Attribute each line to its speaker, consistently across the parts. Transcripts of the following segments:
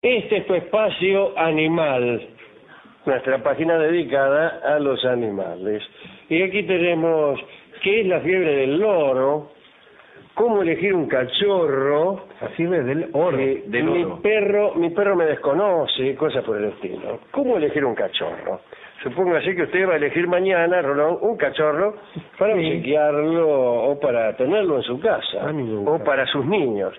Speaker 1: Este es tu espacio animal, nuestra página dedicada a los animales. Y aquí tenemos qué es la fiebre del loro, cómo elegir un cachorro,
Speaker 2: Así es del oro.
Speaker 1: eh,
Speaker 2: del
Speaker 1: mi
Speaker 2: oro.
Speaker 1: perro, mi perro me desconoce, cosas por el estilo. ¿Cómo elegir un cachorro? Supóngase que usted va a elegir mañana, Rolón, un cachorro para
Speaker 2: Sí.
Speaker 1: obsequiarlo o para tenerlo en su casa
Speaker 2: A mí me gusta.
Speaker 1: o para sus niños.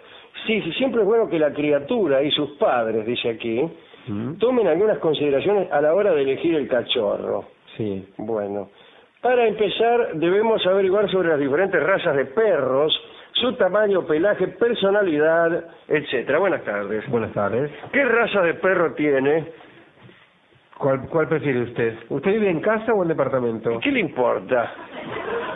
Speaker 1: Sí, sí, siempre es bueno que la criatura y sus padres, dice aquí,
Speaker 2: Mm.
Speaker 1: tomen algunas consideraciones a la hora de elegir el cachorro.
Speaker 2: Sí.
Speaker 1: Bueno, para empezar debemos averiguar sobre las diferentes razas de perros, su tamaño, pelaje, personalidad, etcétera. Buenas tardes.
Speaker 2: Buenas tardes.
Speaker 1: ¿Qué raza de perro tiene?
Speaker 2: ¿Cuál, ¿Cuál prefiere usted? ¿Usted vive en casa o en departamento?
Speaker 1: ¿Qué le importa?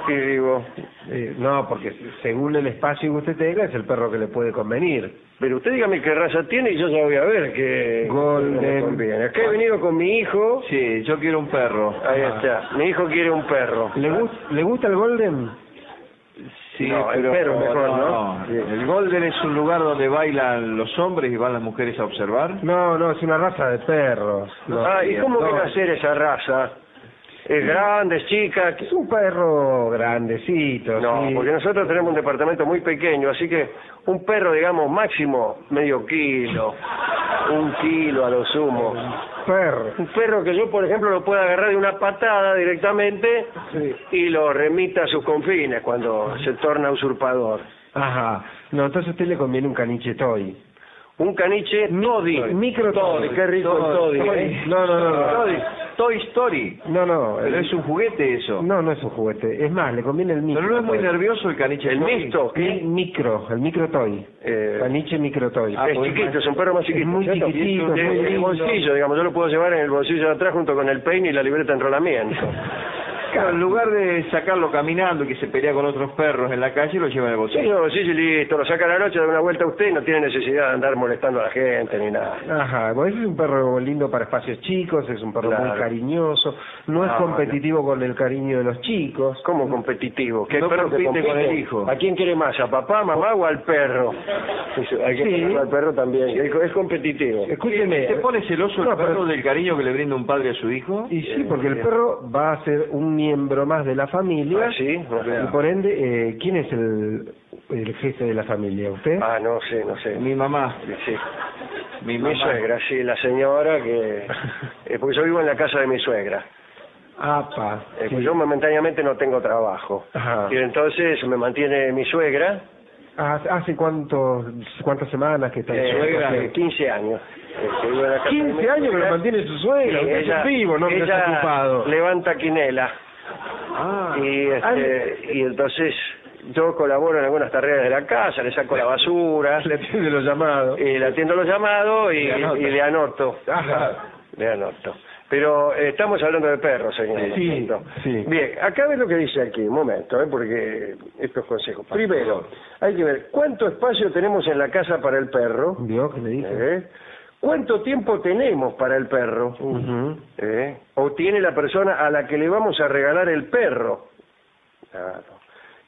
Speaker 1: Y digo,
Speaker 2: Eh, no, porque según el espacio que usted tenga es el perro que le puede convenir.
Speaker 1: pero usted dígame qué raza tiene y yo ya voy a ver qué
Speaker 2: Golden.
Speaker 1: qué me conviene. Acá he venido con mi hijo.
Speaker 3: Sí, yo quiero un perro.
Speaker 1: Ahí está. Mi hijo quiere un perro.
Speaker 2: Ah. ¿Le, gust- ¿Le gusta el Golden?
Speaker 3: Sí,
Speaker 1: No, el
Speaker 3: pero,
Speaker 1: perro mejor, ¿no?
Speaker 3: no. El Golden es un lugar donde bailan los hombres y van las mujeres a observar.
Speaker 2: No, no, es una raza de perros. No.
Speaker 1: ah, ¿y cómo
Speaker 2: No,
Speaker 1: viene a ser esa raza? ¿Es grande, es chica?
Speaker 2: Es un perro grandecito.
Speaker 1: No,
Speaker 2: sí.
Speaker 1: porque nosotros tenemos un departamento muy pequeño, así que un perro, digamos, máximo medio kilo, un kilo a lo sumo.
Speaker 2: Perro.
Speaker 1: Un perro que yo, por ejemplo, lo pueda agarrar de una patada directamente
Speaker 2: Sí.
Speaker 1: y lo remita a sus confines cuando se torna usurpador.
Speaker 2: Ajá. No, entonces a usted le conviene un caniche toy.
Speaker 1: Un caniche
Speaker 2: Mm.
Speaker 1: Toddy.
Speaker 2: Micro
Speaker 1: Toddy, qué rico Toddy.
Speaker 2: Toddy.
Speaker 1: ¿eh?
Speaker 2: No, no, no, no.
Speaker 3: Toy, Toy Story.
Speaker 2: No, no.
Speaker 3: Pero
Speaker 2: el-
Speaker 3: es un juguete eso.
Speaker 2: No, no es un juguete. Es más, le conviene el micro.
Speaker 3: Pero no es muy
Speaker 2: toy.
Speaker 3: nervioso el caniche.
Speaker 1: El
Speaker 3: Toy?
Speaker 1: mixto,
Speaker 2: El micro, el micro toy.
Speaker 1: Eh,
Speaker 2: Mm. Caniche micro toy.
Speaker 3: Ah,
Speaker 1: es
Speaker 3: pues,
Speaker 1: chiquito, es un perro más
Speaker 2: es
Speaker 1: chiquito.
Speaker 2: muy
Speaker 1: ¿cierto?
Speaker 2: chiquitito,
Speaker 1: De-
Speaker 2: es muy
Speaker 1: de
Speaker 2: lindo.
Speaker 1: bolsillo, digamos, yo lo puedo llevar en el bolsillo de atrás junto con el peine y la libreta de enrolamiento.
Speaker 3: Claro, en lugar de sacarlo caminando y que se pelea con otros perros en la calle, lo llevan en el
Speaker 1: Sí,
Speaker 3: bolsillo.
Speaker 1: no, sí, sí, listo. Lo saca a la noche, da una vuelta a usted y no tiene necesidad de andar molestando a la gente ni nada.
Speaker 2: Ajá, bueno, ese es un perro lindo para espacios chicos, es un perro
Speaker 1: Claro.
Speaker 2: muy cariñoso, no es
Speaker 1: Ah,
Speaker 2: competitivo con el cariño de los chicos.
Speaker 1: Como competitivo. ¿Qué
Speaker 3: No
Speaker 1: perro que
Speaker 3: compite con el hijo.
Speaker 1: ¿A quién quiere más? ¿A papá, mamá o al perro? Dice, Hay que
Speaker 2: Sí.
Speaker 1: ponerlo al perro también. Es es competitivo. ¿Ah,
Speaker 2: Escúcheme.
Speaker 3: ¿Se pone celoso
Speaker 2: No,
Speaker 3: el
Speaker 2: pero-
Speaker 3: perro del cariño que le brinda un padre a su hijo?
Speaker 2: Y sí, porque el perro va a ser un miembro más de la familia.
Speaker 1: Ah, sí, ajá.
Speaker 2: Y por ende, eh, ¿quién es el, el jefe de la familia? ¿Usted?
Speaker 1: Ah, no sé, no sé.
Speaker 3: Mi mamá.
Speaker 1: Sí.
Speaker 3: Mi
Speaker 1: Mi
Speaker 3: mamá.
Speaker 1: suegra, sí, la señora que... eh, porque yo vivo en la casa de mi suegra.
Speaker 2: Apa.
Speaker 1: Eh,
Speaker 2: Ah, sí.
Speaker 1: pues yo momentáneamente no tengo trabajo.
Speaker 3: Ah.
Speaker 2: Ajá.
Speaker 1: Y entonces me mantiene mi suegra,
Speaker 2: ¿Hace hace cuántos, cuántas semanas que está
Speaker 1: eh,
Speaker 3: suegra?
Speaker 1: hace 15 años. Eh, que vivo en la casa de mi
Speaker 2: 15 años que
Speaker 1: suegra.
Speaker 2: lo mantiene su
Speaker 1: Sí,
Speaker 2: suegra, usted
Speaker 1: ella-
Speaker 2: es vivo, no
Speaker 1: ella
Speaker 2: está ocupado.
Speaker 1: levanta quinela
Speaker 2: Ah,
Speaker 1: y,
Speaker 2: Ah,
Speaker 1: este, y entonces yo colaboro en algunas tareas de la casa, le saco la basura,
Speaker 2: le atiende los llamados.
Speaker 1: y le atiendo los llamados y,
Speaker 2: Le anota.
Speaker 1: y le anoto.
Speaker 2: Ajá.
Speaker 1: Le anoto. Pero eh, estamos hablando de perros, señor. ¿no es
Speaker 2: Sí,
Speaker 1: cierto?
Speaker 2: sí.
Speaker 1: Bien, acá ve lo que dice aquí, un momento, eh, porque estos consejos. Primero, hay que ver cuánto espacio tenemos en la casa para el perro.
Speaker 2: ¿Vio que le dije?
Speaker 1: ¿Eh? ¿Cuánto tiempo tenemos para el perro?
Speaker 2: Ujú.
Speaker 1: ¿Eh? O tiene la persona a la que le vamos a regalar el perro. Claro.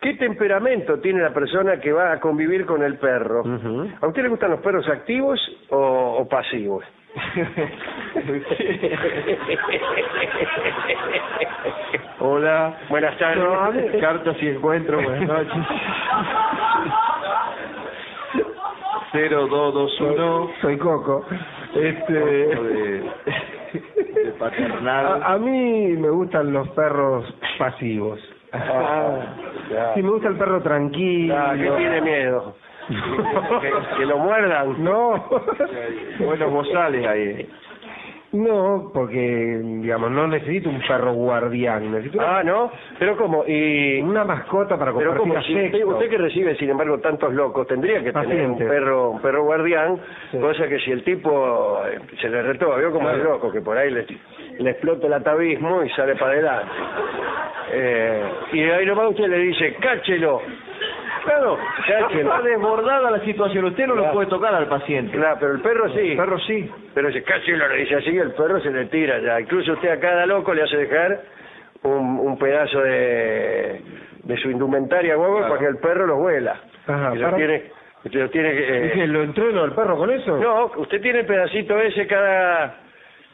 Speaker 1: ¿Qué temperamento tiene la persona que va a convivir con el perro?
Speaker 3: Mm.
Speaker 2: Ujú.
Speaker 1: ¿A usted le gustan los perros activos o, o pasivos?
Speaker 3: Hola.
Speaker 1: Buenas tardes.
Speaker 3: No, a ver, Cartas y encuentro, buenas noches. 0221.
Speaker 2: Soy Coco. Este.
Speaker 3: De, de paternal.
Speaker 2: A, a mí me gustan los perros pasivos.
Speaker 1: Ah, ya.
Speaker 2: Sí, me gusta el perro tranquilo.
Speaker 1: Ah, ¿Qué tiene miedo? ¿Que, que lo muerdan?
Speaker 2: No.
Speaker 3: Buenos bozales ahí.
Speaker 2: No, porque, digamos, no necesito un perro guardián. Necesito una,
Speaker 1: Ah, ¿no? Pero ¿cómo? Y...
Speaker 2: una mascota para
Speaker 1: Pero
Speaker 2: compartir
Speaker 1: como si usted,
Speaker 2: afecto.
Speaker 1: usted que recibe, sin embargo, tantos locos, tendría que tener un
Speaker 2: Paciente.
Speaker 1: perro, un perro guardián,
Speaker 2: Sí.
Speaker 1: cosa que si el tipo eh, se le retoba, vio como el
Speaker 2: Claro.
Speaker 1: loco, que por ahí le, le explota el atavismo y sale para adelante. Eh, y ahí nomás usted le dice, cáchelo. Claro, cáchelo.
Speaker 3: Está desbordada la situación. Usted no lo
Speaker 1: Claro.
Speaker 3: puede tocar al paciente.
Speaker 1: Claro, pero el perro sí.
Speaker 2: El perro sí.
Speaker 1: Pero si casi lo le dice así, el perro se le tira ya. Incluso usted a cada loco le hace dejar un, un pedazo de, de su indumentaria huevo para que el perro lo vuela.
Speaker 2: Ajá,
Speaker 1: y lo
Speaker 2: Ah, para-
Speaker 1: tiene, usted lo tiene que... eh,
Speaker 2: ¿Y qué, ¿Lo entreno al perro con eso?
Speaker 1: No, usted tiene el pedacito ese cada...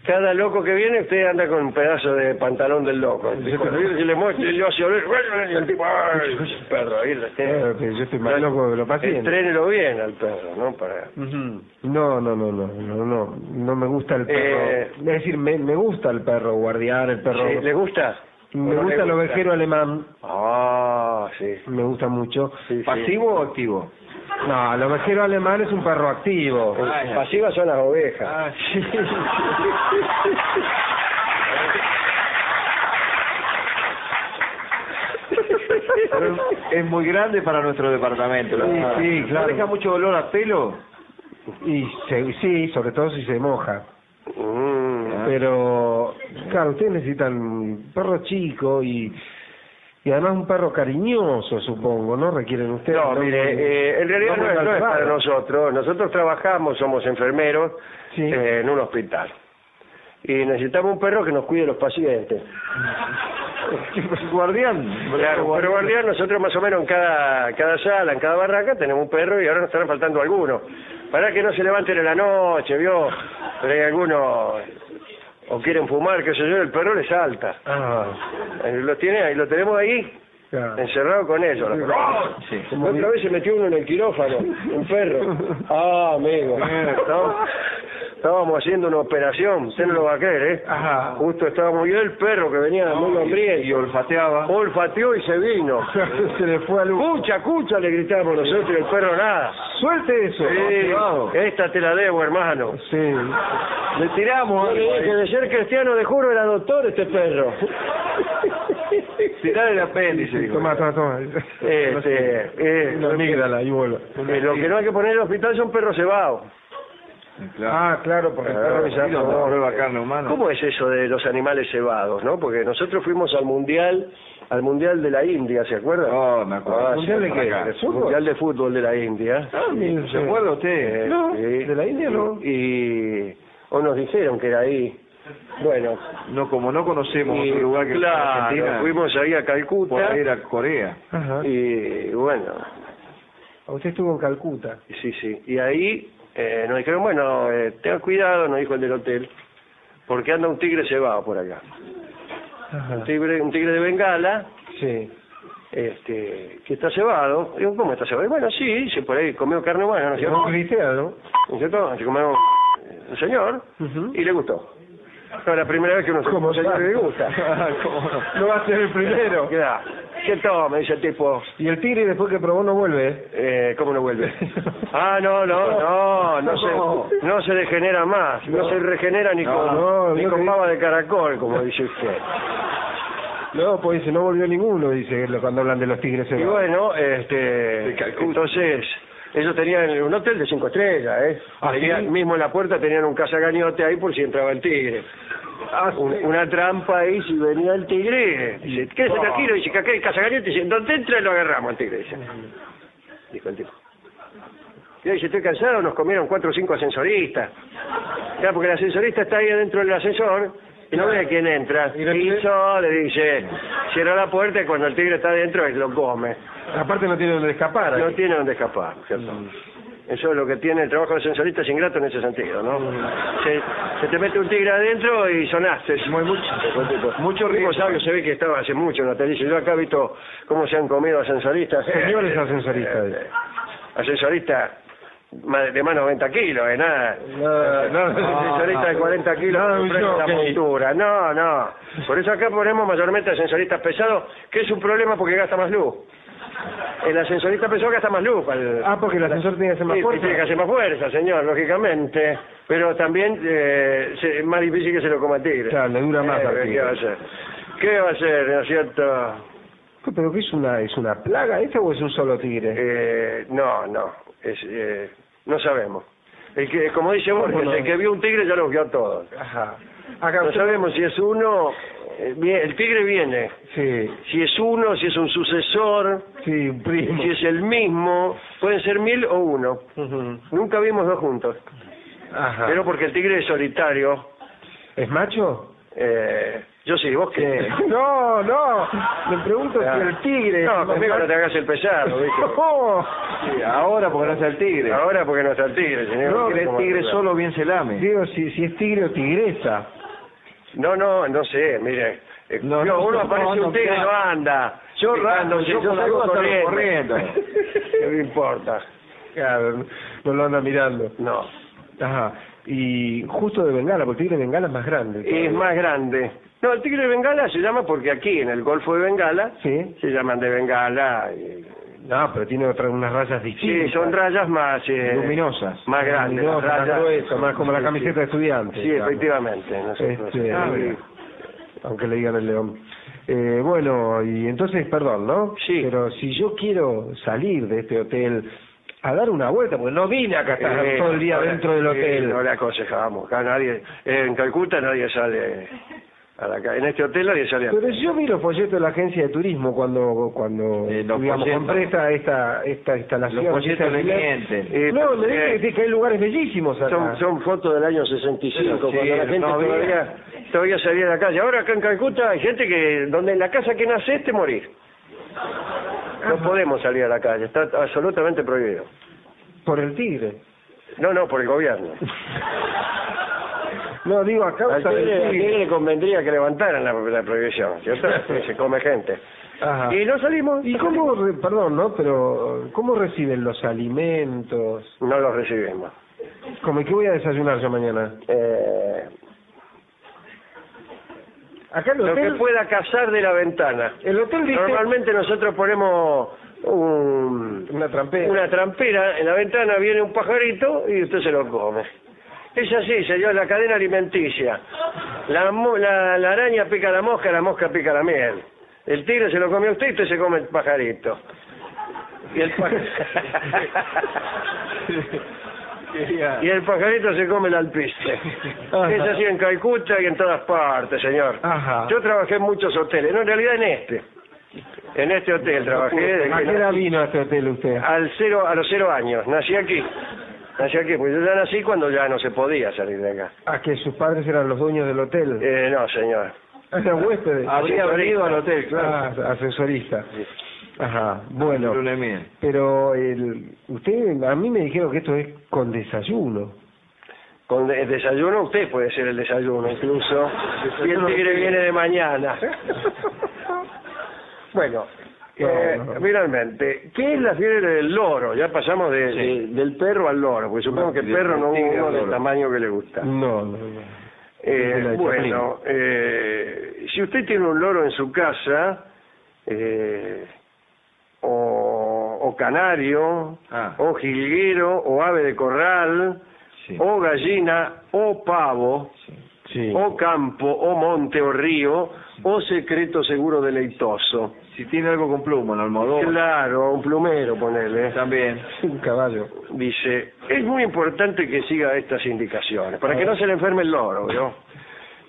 Speaker 1: Cada loco que viene, usted anda con un pedazo de pantalón del loco. Y cuando viene, se le muestra, y le hace oler, y el tipo, ¡ay, perro! Ahí lo tiene.
Speaker 2: Claro, pero Eh, yo estoy más loco que los pacientes.
Speaker 1: Entrénelo bien al perro, ¿no? Para...
Speaker 2: Ujú. No, no, no, no, no, no, no me gusta el perro.
Speaker 1: Eh,
Speaker 2: es decir, me, me gusta el perro guardián, el perro.
Speaker 1: Sí, ¿Le gusta?
Speaker 2: me
Speaker 1: ¿O no le
Speaker 2: gusta el ovejero alemán,
Speaker 1: Ah, sí.
Speaker 2: me gusta mucho.
Speaker 1: sí, sí.
Speaker 3: ¿Pasivo o activo?
Speaker 2: No, el ovejero alemán es un perro activo.
Speaker 3: Ah, ya.
Speaker 1: Pasivas son las ovejas.
Speaker 2: Ah.
Speaker 3: sí. Pero es muy grande para nuestro departamento. la
Speaker 2: Sí,
Speaker 3: verdad.
Speaker 2: sí,
Speaker 3: ¿No
Speaker 2: claro.
Speaker 3: deja mucho olor a pelo?
Speaker 2: Y se- sí, sobre todo si se moja.
Speaker 1: Mm.
Speaker 2: Ah. Pero, claro, ustedes necesitan un perro chico y, y además un perro cariñoso, supongo, ¿no? Requieren ustedes.
Speaker 1: No, mire, eh, en realidad no,
Speaker 2: muy
Speaker 1: es- no es
Speaker 2: maltratado.
Speaker 1: para nosotros. Nosotros trabajamos, somos enfermeros
Speaker 2: Sí.
Speaker 1: eh, en un hospital. Y necesitamos un perro que nos cuide los pacientes.
Speaker 3: Guardián.
Speaker 1: Claro, pero guardián, nosotros más o menos en cada, cada sala, en cada barraca, tenemos un perro y ahora nos estarán faltando algunos. Para que no se levanten en la noche, ¿vio? Pero hay algunos o quieren fumar, qué sé yo, el perro les salta.
Speaker 2: Ah,
Speaker 1: Eh, Lo tiene ahí, lo tenemos ahí,
Speaker 2: claro.
Speaker 1: encerrado con ellos. la cosa.
Speaker 3: Sí.
Speaker 1: La Otra vez se metió uno en el quirófano, un perro. Ah, amigo. Estábamos, estábamos haciendo una operación, usted no lo va a creer, ¿eh?
Speaker 2: Ajá.
Speaker 1: Justo estábamos, y el perro que venía muy hambriento.
Speaker 3: Y olfateaba.
Speaker 1: Olfateó y se vino.
Speaker 2: se le fue al
Speaker 1: Cucha, cucha, le gritamos nosotros y el perro nada.
Speaker 2: Suelte eso.
Speaker 1: Sí,
Speaker 2: Claro.
Speaker 1: esta te la debo, hermano.
Speaker 2: Sí.
Speaker 3: Le tiramos.
Speaker 1: Yo le dije, de ser cristiano, de juro, era doctor este perro.
Speaker 3: Tirar el apéndice. digo.
Speaker 2: Toma, toma, toma.
Speaker 1: Este, eh,
Speaker 2: Una amígdala y vuelo.
Speaker 1: eh, lo que no hay que poner en el hospital son perros cebados.
Speaker 3: Claro.
Speaker 2: Ah, claro, porque el perro ya
Speaker 3: Ah, no,
Speaker 2: no.
Speaker 3: Ah, no prueba carne humana.
Speaker 1: ¿Cómo es eso de los animales cebados, no? Porque nosotros fuimos al mundial, al mundial de la India, ¿se acuerdan?
Speaker 3: Oh, me acuerdo.
Speaker 1: Ah, sí,
Speaker 2: ¿Mundial de
Speaker 1: para
Speaker 2: qué?
Speaker 1: acá.
Speaker 2: ¿De fútbol?
Speaker 1: Mundial de fútbol de la India. Eh,
Speaker 2: mire,
Speaker 3: ¿Se acuerda usted?
Speaker 2: No,
Speaker 1: Sí.
Speaker 2: de la India no.
Speaker 1: Y o nos dijeron que era ahí. Bueno,
Speaker 3: No, como no conocemos
Speaker 1: y-
Speaker 3: otro lugar que
Speaker 1: claro,
Speaker 3: Argentina,
Speaker 1: fuimos ahí a
Speaker 3: por
Speaker 1: Calcuta
Speaker 3: ahí era Corea.
Speaker 2: Ajá. Ah,
Speaker 1: y bueno,
Speaker 2: Usted estuvo en Calcuta.
Speaker 1: sí, sí. Y ahí eh, nos dijeron, bueno, eh, ten cuidado, nos dijo el del hotel, porque anda un tigre cebado por acá.
Speaker 2: Ajá.
Speaker 1: Un tigre, un tigre de Bengala,
Speaker 2: Sí.
Speaker 1: este, que está cebado. Digo, ¿cómo está cebado? Y bueno, sí, dice, por ahí comió carne humana, ¿no es
Speaker 2: Un
Speaker 1: cierto?
Speaker 2: cristiano.
Speaker 1: ¿No es cierto? Se comió eh, un señor
Speaker 2: Ujú.
Speaker 1: y le gustó. No, la primera vez que uno se
Speaker 2: ¿Cómo
Speaker 1: un señor
Speaker 2: sabe?
Speaker 1: le gusta.
Speaker 3: ¿Cómo no?
Speaker 2: No va a ser el primero.
Speaker 1: ¿Qué da? ¿Qué toma? Dice el tipo,
Speaker 2: Y el tigre después que probó no vuelve.
Speaker 1: eh, ¿cómo no vuelve? Ah, no, no, no, no se, no se degenera más, no, se regenera ni
Speaker 2: No,
Speaker 1: con,
Speaker 2: no,
Speaker 1: ni
Speaker 2: no
Speaker 1: con
Speaker 2: que-
Speaker 1: baba de caracol, como dice usted.
Speaker 2: No, pues dice, no volvió ninguno, dice lo- cuando hablan de los tigres.
Speaker 1: Y
Speaker 2: cebados.
Speaker 1: bueno, este, entonces, ellos tenían un hotel de cinco estrellas, ¿eh?
Speaker 2: Ah, ¿sí?
Speaker 1: Tenían- mismo en la puerta tenían un cazagañote ahí por si entraba el tigre.
Speaker 2: Ah,
Speaker 1: Un- una trampa ahí, si venía el tigre, dice, ¿quieres
Speaker 2: Ah.
Speaker 1: estar tranquilo? Dice, que acá el cazagañote, dice, ¿dónde entra y lo agarramos al tigre? Dice. Dijo el tipo. Y dice, estoy cansado, nos comieron cuatro o cinco ascensoristas. Claro, porque el ascensorista está ahí adentro del ascensor y no ve quién entra.
Speaker 2: Y le-
Speaker 1: Y yo le dice, cierra la puerta y cuando el tigre está adentro él lo come.
Speaker 2: Aparte no tiene donde escapar.
Speaker 1: No
Speaker 2: ahí. Mm.
Speaker 1: tiene dónde escapar, ¿cierto? Eso es lo que tiene el trabajo del ascensorista es ingrato en ese sentido, ¿no?
Speaker 2: Mm.
Speaker 1: Se, se te mete un tigre adentro y sonaste. Muy mucho. Mucho rico sabio se ve que estaba hace mucho en la tele. Dice, Yo acá he visto cómo se han comido ascensoristas.
Speaker 2: Señores ascensoristas.
Speaker 1: Eh, Ascensorista ma- de más de 90 kilos, eh, nada. Ah.
Speaker 2: No, no,
Speaker 1: Ascensorista de 40 kilos
Speaker 2: No,
Speaker 1: que prende
Speaker 2: yo,
Speaker 1: la
Speaker 2: ok.
Speaker 1: montura. No, no. Por eso acá ponemos mayormente ascensoristas pesados, que es un problema porque gasta más luz. El ascensorista pesado gasta más luz. para el-
Speaker 2: Ah, porque el ascensor tiene que ser Ah, más
Speaker 1: Sí,
Speaker 2: fuerte.
Speaker 1: Tiene que hacer más fuerza, señor, lógicamente. Pero también eh, se- es más difícil que se lo coma el tigre.
Speaker 2: Claro, le dura más
Speaker 1: Eh,
Speaker 2: al
Speaker 1: ¿Qué
Speaker 2: tigre.
Speaker 1: va a hacer? ¿Qué va a hacer, no es cierto?
Speaker 2: ¿Pero qué es una, es una plaga esta o es un solo tigre?
Speaker 1: Eh, no, no, es, eh, no sabemos. El que, como dice Borges,
Speaker 2: no?
Speaker 1: el que vio un tigre ya los vio a todos.
Speaker 2: Ajá. Acá
Speaker 1: No
Speaker 2: usted-
Speaker 1: sabemos si es uno, eh, vi- el tigre viene,
Speaker 2: Sí,
Speaker 1: si es uno, si es un sucesor,
Speaker 2: sí, un primo.
Speaker 1: si es el mismo, pueden ser mil o uno.
Speaker 2: Ujú.
Speaker 1: Nunca vimos dos juntos,
Speaker 3: Ah.
Speaker 2: Ajá.
Speaker 1: pero porque el tigre es solitario.
Speaker 2: ¿Es macho?
Speaker 1: Eh, yo sí, vos qué.
Speaker 2: No, no. Le pregunto
Speaker 1: Ah.
Speaker 2: si el tigre.
Speaker 1: No, conmigo no te hagas el pesado, ¿viste?
Speaker 2: No.
Speaker 3: Sí, ahora porque no es el tigre.
Speaker 1: Ahora porque no está el tigre, señor.
Speaker 3: No,
Speaker 1: ¿Cómo
Speaker 3: el
Speaker 1: va a
Speaker 3: tigre
Speaker 1: ser?
Speaker 3: solo bien se lame.
Speaker 2: Digo, si, si es tigre o tigresa.
Speaker 1: No, no, no sé, mire. eh,
Speaker 3: No,
Speaker 1: yo,
Speaker 3: no,
Speaker 1: uno
Speaker 3: no,
Speaker 1: aparece
Speaker 3: no,
Speaker 1: un tigre
Speaker 3: claro.
Speaker 1: no anda.
Speaker 3: Yo
Speaker 1: Fijando,
Speaker 3: rando,
Speaker 1: si
Speaker 3: yo con algo salgo
Speaker 1: corriendo.
Speaker 3: corriendo.
Speaker 1: ¿Qué me importa?
Speaker 2: Claro, no lo anda mirando.
Speaker 1: No.
Speaker 2: Ajá. Y justo de Bengala, porque el tigre de Bengala es más grande.
Speaker 1: Es más grande. No, el tigre de Bengala se llama porque aquí, en el Golfo de Bengala,
Speaker 2: Sí.
Speaker 1: se llaman de Bengala. y-
Speaker 2: No, pero tiene otra, unas razas
Speaker 1: Sí,
Speaker 2: distintas.
Speaker 1: son rayas más... eh,
Speaker 2: Luminosas.
Speaker 1: Más grandes. las
Speaker 2: Luminosas, más
Speaker 1: rayas-
Speaker 2: gruesas, más como la camiseta de estudiante.
Speaker 1: Sí, efectivamente. nosotros-
Speaker 2: Este,
Speaker 1: Ah,
Speaker 2: mira.
Speaker 1: mira.
Speaker 2: aunque le digan el león. Eh, bueno, y entonces, perdón, ¿no?
Speaker 1: Sí.
Speaker 2: Pero si yo quiero salir de este hotel a dar una vuelta, porque no vine acá a estar
Speaker 1: Eh,
Speaker 2: todo el día
Speaker 1: no le-
Speaker 2: dentro del
Speaker 1: eh,
Speaker 2: hotel.
Speaker 1: no le aconsejamos. Acá nadie, en Calcuta nadie sale a la calle. En este hotel nadie sale a la
Speaker 2: Pero yo vi los folletos de la agencia de turismo cuando cuando
Speaker 3: Eh, los
Speaker 2: digamos
Speaker 3: folletos.
Speaker 2: compré esta esta esta instalación.
Speaker 3: Los folletos
Speaker 2: este alquiler.
Speaker 3: le mienten.
Speaker 2: Eh, no, me
Speaker 1: Eh,
Speaker 2: dije que- que hay lugares bellísimos acá.
Speaker 1: Son, son fotos del año 65,
Speaker 3: Sí,
Speaker 1: cuando la gente
Speaker 3: todavía.
Speaker 1: todavía, todavía salía a la calle. Ahora acá en Calcuta hay gente que, donde en la casa que nacés te morís. No podemos salir a la calle, está absolutamente prohibido.
Speaker 2: Por el tigre.
Speaker 1: No, no, por el gobierno.
Speaker 2: No, digo, acá
Speaker 1: Al tigre, al tigre le convendría que levantaran la, la prohibición, ¿cierto? Porque se come gente.
Speaker 2: Ajá.
Speaker 1: Y no salimos.
Speaker 2: ¿Y cómo, re- perdón, no? Pero, ¿cómo reciben los alimentos?
Speaker 1: No los recibimos.
Speaker 2: Como, ¿y ¿qué voy a desayunar yo mañana?
Speaker 1: Eh,
Speaker 2: Acá el
Speaker 1: lo que
Speaker 2: hotel,
Speaker 1: pueda cazar de la ventana.
Speaker 2: el hotel dice...
Speaker 1: Normalmente nosotros ponemos un-
Speaker 2: Una trampera.
Speaker 1: una trampera en la ventana, viene un pajarito y usted se lo come. Es así, señor, la cadena alimenticia. La, mo- la, la araña pica la mosca, la mosca pica la miel. El tigre se lo come a usted y usted se come el pajarito. Y el, pa- y el pajarito se come el alpiste.
Speaker 2: Ajá.
Speaker 1: Es así en Calcuta y en todas partes, señor.
Speaker 2: Ajá.
Speaker 1: Yo trabajé en muchos hoteles, no, en realidad en este. En este hotel trabajé desde
Speaker 2: ¿A
Speaker 1: que
Speaker 2: qué edad
Speaker 1: nací-
Speaker 2: vino a este hotel usted?
Speaker 1: al cero, a los cero años. Nací aquí. Nací aquí, porque yo ya nací cuando ya no se podía salir de acá.
Speaker 2: ¿A que sus padres eran los dueños del hotel? Ah,
Speaker 1: Eh, no, señor.
Speaker 2: Eran huéspedes.
Speaker 3: Habría
Speaker 1: Asesorista.
Speaker 3: venido al hotel, claro.
Speaker 2: Ah, asesorista. Ajá, bueno.
Speaker 3: Lunes miel.
Speaker 2: Pero el, usted, a mí me dijeron que esto es con desayuno.
Speaker 1: Con de- desayuno, usted puede ser el desayuno incluso. Y el tigre viene de mañana. Bueno, eh,
Speaker 2: No, no.
Speaker 1: finalmente, ¿qué es la fiebre del loro? Ya pasamos de- de- del perro al loro, porque supongo que el
Speaker 3: del
Speaker 1: perro no es
Speaker 3: tigre
Speaker 1: uno
Speaker 3: al
Speaker 1: del
Speaker 3: loro.
Speaker 1: tamaño que le gusta.
Speaker 2: No, no, no.
Speaker 1: Eh,
Speaker 2: La de
Speaker 1: bueno, eh, si usted tiene un loro en su casa, eh, o, o canario,
Speaker 3: Ah.
Speaker 1: o jilguero, o ave de corral,
Speaker 3: Sí.
Speaker 1: o gallina, o pavo,
Speaker 2: Sí.
Speaker 1: o campo, o monte, o río, o secreto seguro deleitoso.
Speaker 3: Si tiene algo con pluma, en almohadón.
Speaker 1: Claro, un plumero, ponele.
Speaker 3: También.
Speaker 2: Un caballo.
Speaker 1: Dice, es muy importante que siga estas indicaciones, para que no se le enferme el loro, ¿vio?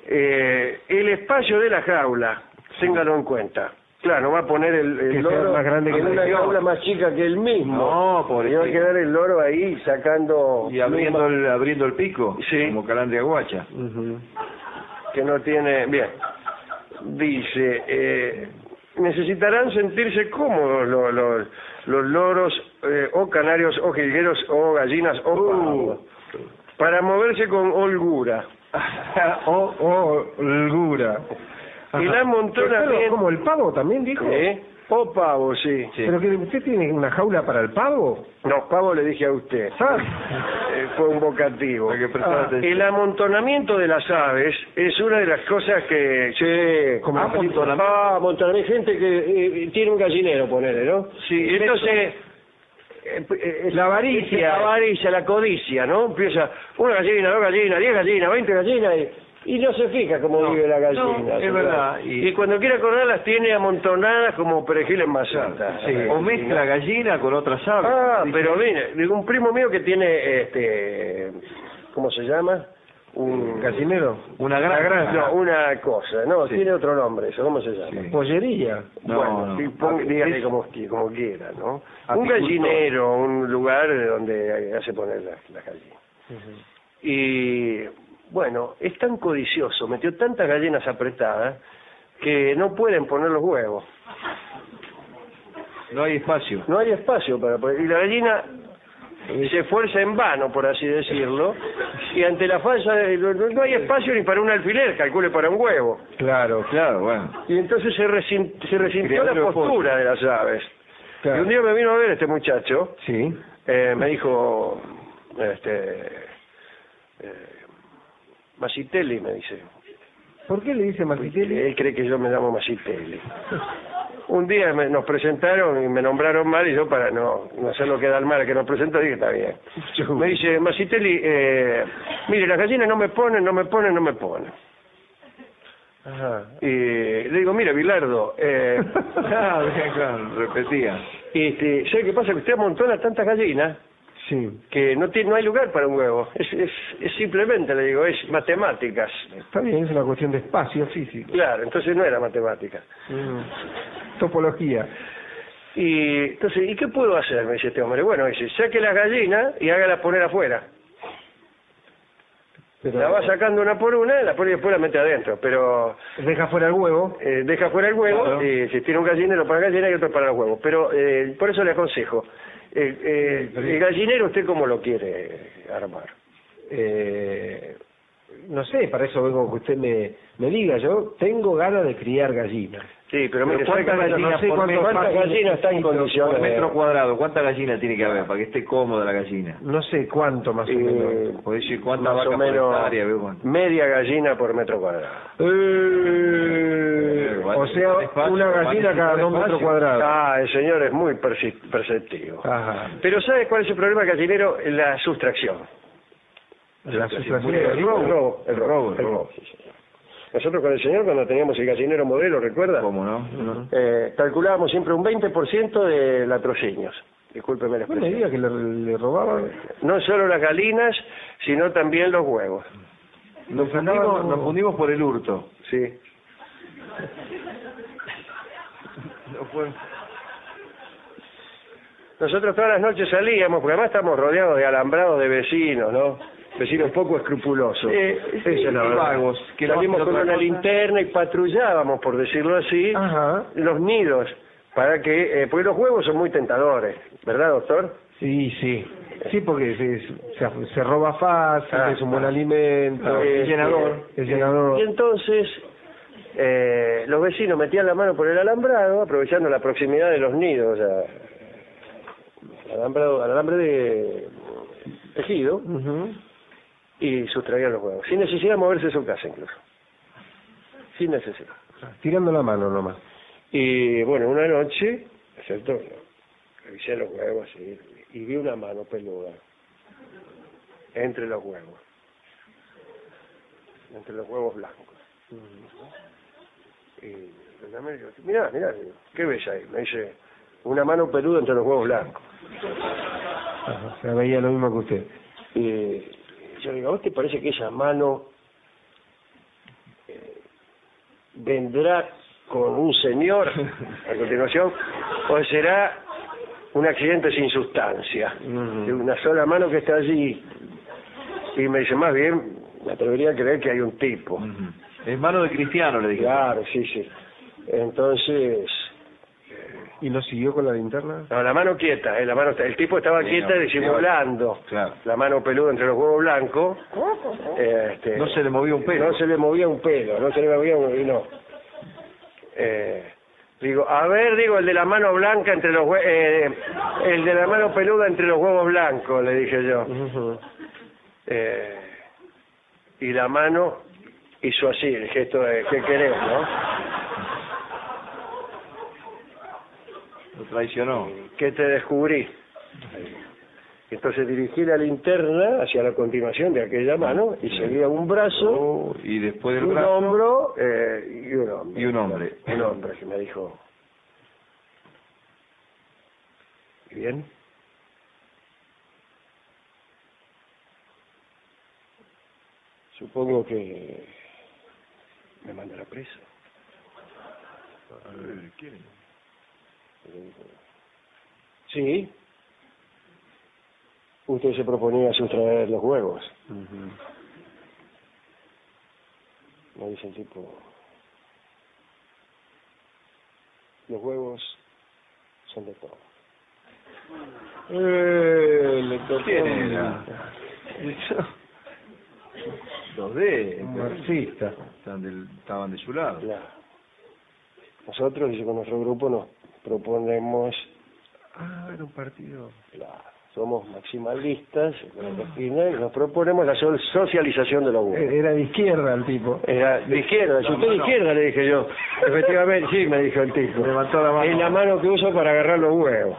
Speaker 1: Eh, el espacio de la jaula, téngalo en cuenta. Claro, va a poner el, el
Speaker 2: Que sea
Speaker 1: loro
Speaker 2: más grande que
Speaker 1: en
Speaker 2: el
Speaker 1: una
Speaker 2: anterior.
Speaker 1: jaula más chica que el mismo.
Speaker 3: No,
Speaker 1: y va a
Speaker 3: pobrecito.
Speaker 1: quedar el loro ahí sacando
Speaker 3: Y abriendo
Speaker 1: plumas
Speaker 3: el, abriendo el pico,
Speaker 1: Sí.
Speaker 3: como calandria guacha.
Speaker 2: Ujú.
Speaker 1: que no tiene... Bien, dice, eh, necesitarán sentirse cómodos los, los, los loros eh, o canarios o jilgueros o gallinas o
Speaker 3: Uh.
Speaker 1: pavos, para moverse con holgura.
Speaker 2: o, o holgura.
Speaker 1: Y la amontonamiento-
Speaker 2: Claro, como el pavo también dijo.
Speaker 1: ¿Eh? O pavo, sí.
Speaker 3: Sí.
Speaker 2: Pero que usted tiene una jaula para el pavo.
Speaker 1: No, pavo le dije a usted.
Speaker 2: Ah.
Speaker 1: Eh, fue un vocativo. Ah,
Speaker 3: Hay que prestar atención.
Speaker 1: El amontonamiento de las aves es una de las cosas que... ah, Sí,
Speaker 2: Como la película.
Speaker 1: Ah, amontonamiento. Gente que eh, tiene un gallinero, ponele, ¿no?
Speaker 3: Sí,
Speaker 1: Entonces, eh, eh,
Speaker 3: La avaricia.
Speaker 1: La avaricia, la codicia, ¿no? Empieza una gallina, dos gallinas, diez gallinas, veinte gallinas y, y no se fija cómo
Speaker 3: No,
Speaker 1: vive la
Speaker 3: no,
Speaker 1: gallina.
Speaker 3: es
Speaker 1: ¿verdad?
Speaker 3: verdad, y-
Speaker 1: Y... cuando quiere acordar las tiene amontonadas como perejil en masata.
Speaker 3: Sí, o mezcla gallina con otras aves.
Speaker 1: Ah,
Speaker 3: Dice,
Speaker 1: pero mire, digo, un primo mío que tiene, este, ¿cómo se llama? Un
Speaker 2: ¿Casinero?
Speaker 3: Una granja.
Speaker 1: No, una cosa, no,
Speaker 3: Sí.
Speaker 1: tiene otro nombre eso, ¿cómo se llama?
Speaker 3: Sí.
Speaker 2: ¿Pollería?
Speaker 3: No,
Speaker 1: bueno,
Speaker 3: no. Ah,
Speaker 1: sí, pon- dígale
Speaker 3: Es-
Speaker 1: como, qui- como quiera, ¿no? Un
Speaker 3: Apicultor.
Speaker 1: gallinero, un lugar donde hace poner las las gallinas. Y bueno, es tan codicioso, metió tantas gallinas apretadas que no pueden poner los huevos.
Speaker 3: No hay espacio.
Speaker 1: No hay espacio para poner. Y la gallina se esfuerza en vano, por así decirlo, y ante la falsa. de- No no hay espacio ni para un alfiler, calcule para un huevo.
Speaker 2: Claro,
Speaker 3: Claro, bueno.
Speaker 1: Y entonces se, resin- se resintió la
Speaker 3: Criadero de
Speaker 1: postura de las aves.
Speaker 2: Claro.
Speaker 1: Y un día me vino a ver este muchacho,
Speaker 2: Sí.
Speaker 1: eh, me dijo, este, eh, Masitelli me dice,
Speaker 2: ¿Por qué le dice Martitelli?
Speaker 1: él cree que yo me llamo Masitelli. Un día me- nos presentaron y me nombraron mal y yo para no, no hacer lo que da el mal que nos presentó dije, está bien. Me dice, Masitelli, eh, mire, las gallinas no me ponen, no me ponen, no me ponen.
Speaker 2: Ajá.
Speaker 1: Y le digo, mire, Bilardo, eh,
Speaker 3: Ah, bien, claro, repetía.
Speaker 1: Este, ¿Sabe qué pasa? Que usted amontona tantas gallinas
Speaker 2: Sí.
Speaker 1: que no tiene, no hay lugar para un huevo. Es, es, es simplemente, le digo, es matemáticas.
Speaker 2: Está bien, es una cuestión de espacio físico.
Speaker 1: Claro, entonces no era matemática.
Speaker 2: Mm. Topología.
Speaker 1: Y entonces, ¿y qué puedo hacer? Me dice este hombre. Bueno, dice, saque las gallinas y hágalas poner afuera.
Speaker 2: Pero
Speaker 1: La va sacando una por una, la pone y después la mete adentro. Pero
Speaker 2: deja fuera el huevo.
Speaker 1: eh, deja fuera el huevo,
Speaker 3: Claro.
Speaker 1: y si tiene un gallinero para gallina y otro para los huevos. Pero eh, por eso le aconsejo, eh, eh, el gallinero usted cómo lo quiere armar.
Speaker 2: Eh, no sé, para eso vengo que usted me, me diga. Yo tengo ganas de criar gallinas.
Speaker 1: Sí, pero, mire,
Speaker 3: ¿Cuántas
Speaker 1: saca-
Speaker 3: gallinas
Speaker 2: no sé
Speaker 3: por
Speaker 2: cuánto-
Speaker 3: metro-
Speaker 1: ¿Cuántas gallinas están en
Speaker 3: por
Speaker 1: condiciones?
Speaker 3: metro cuadrado? ¿Cuánta gallina tiene que haber para que esté cómoda la gallina?
Speaker 2: No sé cuánto más o
Speaker 1: Eh,
Speaker 2: menos.
Speaker 3: O decir, ¿cuánta
Speaker 1: más
Speaker 3: vaca
Speaker 1: o
Speaker 3: por
Speaker 1: menos
Speaker 3: hectárea? Veo cuánto.
Speaker 1: media gallina por metro cuadrado.
Speaker 2: Eh,
Speaker 3: bueno,
Speaker 2: o sea,
Speaker 3: necesitan espacio,
Speaker 2: una
Speaker 3: van a
Speaker 2: gallina cada
Speaker 3: necesitar
Speaker 2: dos
Speaker 3: espacio.
Speaker 2: metros cuadrados.
Speaker 1: Ah, el señor es muy persi- perceptivo.
Speaker 3: Ah.
Speaker 2: Ajá.
Speaker 1: Pero ¿sabe cuál es el problema gallinero? La sustracción.
Speaker 2: La sustracción.
Speaker 1: El robo. El robo. El robo.
Speaker 3: El robo, el
Speaker 1: el robo, sí, señor. Nosotros con el señor, cuando teníamos el gallinero modelo, ¿recuerda?
Speaker 3: ¿Cómo no?
Speaker 1: Eh, calculábamos siempre un 20% de latrocinios. Discúlpeme la
Speaker 2: No me
Speaker 1: expresión.
Speaker 2: diga que le, le robaban.
Speaker 1: No solo las galinas, sino también los huevos.
Speaker 3: Nos fundimos, nos fundimos por el hurto.
Speaker 1: Sí.
Speaker 3: No fue-
Speaker 1: Nosotros todas las noches salíamos, porque además estamos rodeados de alambrados de vecinos, ¿no? Vecinos poco escrupulosos.
Speaker 3: Eh, sí,
Speaker 1: Esa es la
Speaker 3: y
Speaker 1: verdad.
Speaker 3: vagos, que no
Speaker 1: Salimos
Speaker 3: hacen
Speaker 1: con
Speaker 3: otra
Speaker 1: una
Speaker 3: cosa. Ah.
Speaker 1: linterna y patrullábamos, por decirlo así,
Speaker 2: Ajá.
Speaker 1: los nidos, para que, eh, porque los huevos son muy tentadores, ¿verdad, doctor?
Speaker 2: Sí, sí. Sí, porque se, se, se roba fácil,
Speaker 1: Ah,
Speaker 2: es un buen
Speaker 1: ah.
Speaker 2: alimento.
Speaker 1: Ah,
Speaker 2: es
Speaker 1: es llenador.
Speaker 2: Es este, llenador.
Speaker 1: Y entonces eh, los vecinos metían la mano por el alambrado, aprovechando la proximidad de los nidos, o sea, al alambrado, al alambre de tejido,
Speaker 2: Ujú.
Speaker 1: y sustraían los huevos, sin necesidad de moverse de su casa incluso. Sin necesidad.
Speaker 2: Tirando la mano nomás.
Speaker 1: Y bueno, una noche, ¿cierto? Revisé los huevos y, y vi una mano peluda entre los huevos, entre los huevos blancos. Y lo llamé y le digo, mirá, mirá, le digo, ¿qué ves ahí? Me dice, una mano peluda entre los huevos blancos.
Speaker 2: Ajá, se veía lo mismo que usted.
Speaker 1: Y Eh, yo le digo, ¿a vos te parece que esa mano eh, vendrá con un señor a continuación o será un accidente sin sustancia?
Speaker 3: Mm.
Speaker 2: Ujú.
Speaker 1: De una sola mano que está allí. Y me dice, más bien, me atrevería a creer que hay un tipo.
Speaker 3: Ujú. Es mano de cristiano, le dije.
Speaker 1: Claro, sí, sí. Entonces,
Speaker 2: ¿Y lo siguió con la linterna?
Speaker 1: no, la mano quieta, eh, la mano, el tipo estaba
Speaker 3: Sí,
Speaker 1: quieta
Speaker 3: no,
Speaker 1: disimulando
Speaker 3: claro.
Speaker 1: la mano peluda entre los huevos blancos. Este,
Speaker 3: No se le movió un pelo.
Speaker 1: No se le movía un pelo, no se le movía un y no. Eh, digo, a ver, digo, el de la mano blanca entre los hue- eh, el de la mano peluda entre los huevos blancos, le dije yo.
Speaker 2: Ujú.
Speaker 1: Eh, y la mano hizo así, el gesto de ¿qué querés, no?
Speaker 3: Lo traicionó.
Speaker 1: ¿Qué te descubrí? Entonces dirigí la linterna hacia la continuación de aquella mano y seguía un brazo,
Speaker 3: Oh, y después del
Speaker 1: un
Speaker 3: brazo
Speaker 1: hombro eh, y un hombro.
Speaker 3: y un hombre.
Speaker 1: Un hombre que me dijo. ¿Y bien? Supongo que me mandará preso. Sí. Usted se proponía sustraer los huevos. Me dice el tipo. Los huevos son de todo. Eh, le tocó
Speaker 3: ¿Quién
Speaker 1: un-
Speaker 3: era? Los D.
Speaker 2: Un marxista.
Speaker 3: Están del- estaban de su lado.
Speaker 1: Claro. Nosotros, dice, con nuestro grupo nos proponemos,
Speaker 2: Ah, era un partido.
Speaker 1: claro, somos maximalistas con la doctrina, y nos proponemos la sol- socialización de los huevos.
Speaker 2: Eh, Era de izquierda el tipo.
Speaker 1: Era de izquierda, si usted de izquierda, le dije yo. Efectivamente, sí, me dijo el tipo.
Speaker 3: Levantó la mano.
Speaker 1: Es la mano que uso para agarrar los huevos.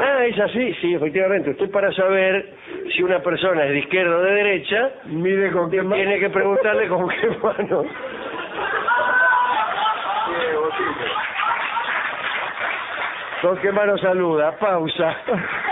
Speaker 1: Ah, es así, sí, efectivamente. Usted para saber si una persona es de izquierda o de derecha,
Speaker 2: Mire con qué mano.
Speaker 1: tiene que preguntarle con qué mano. Con qué mano saluda, pausa.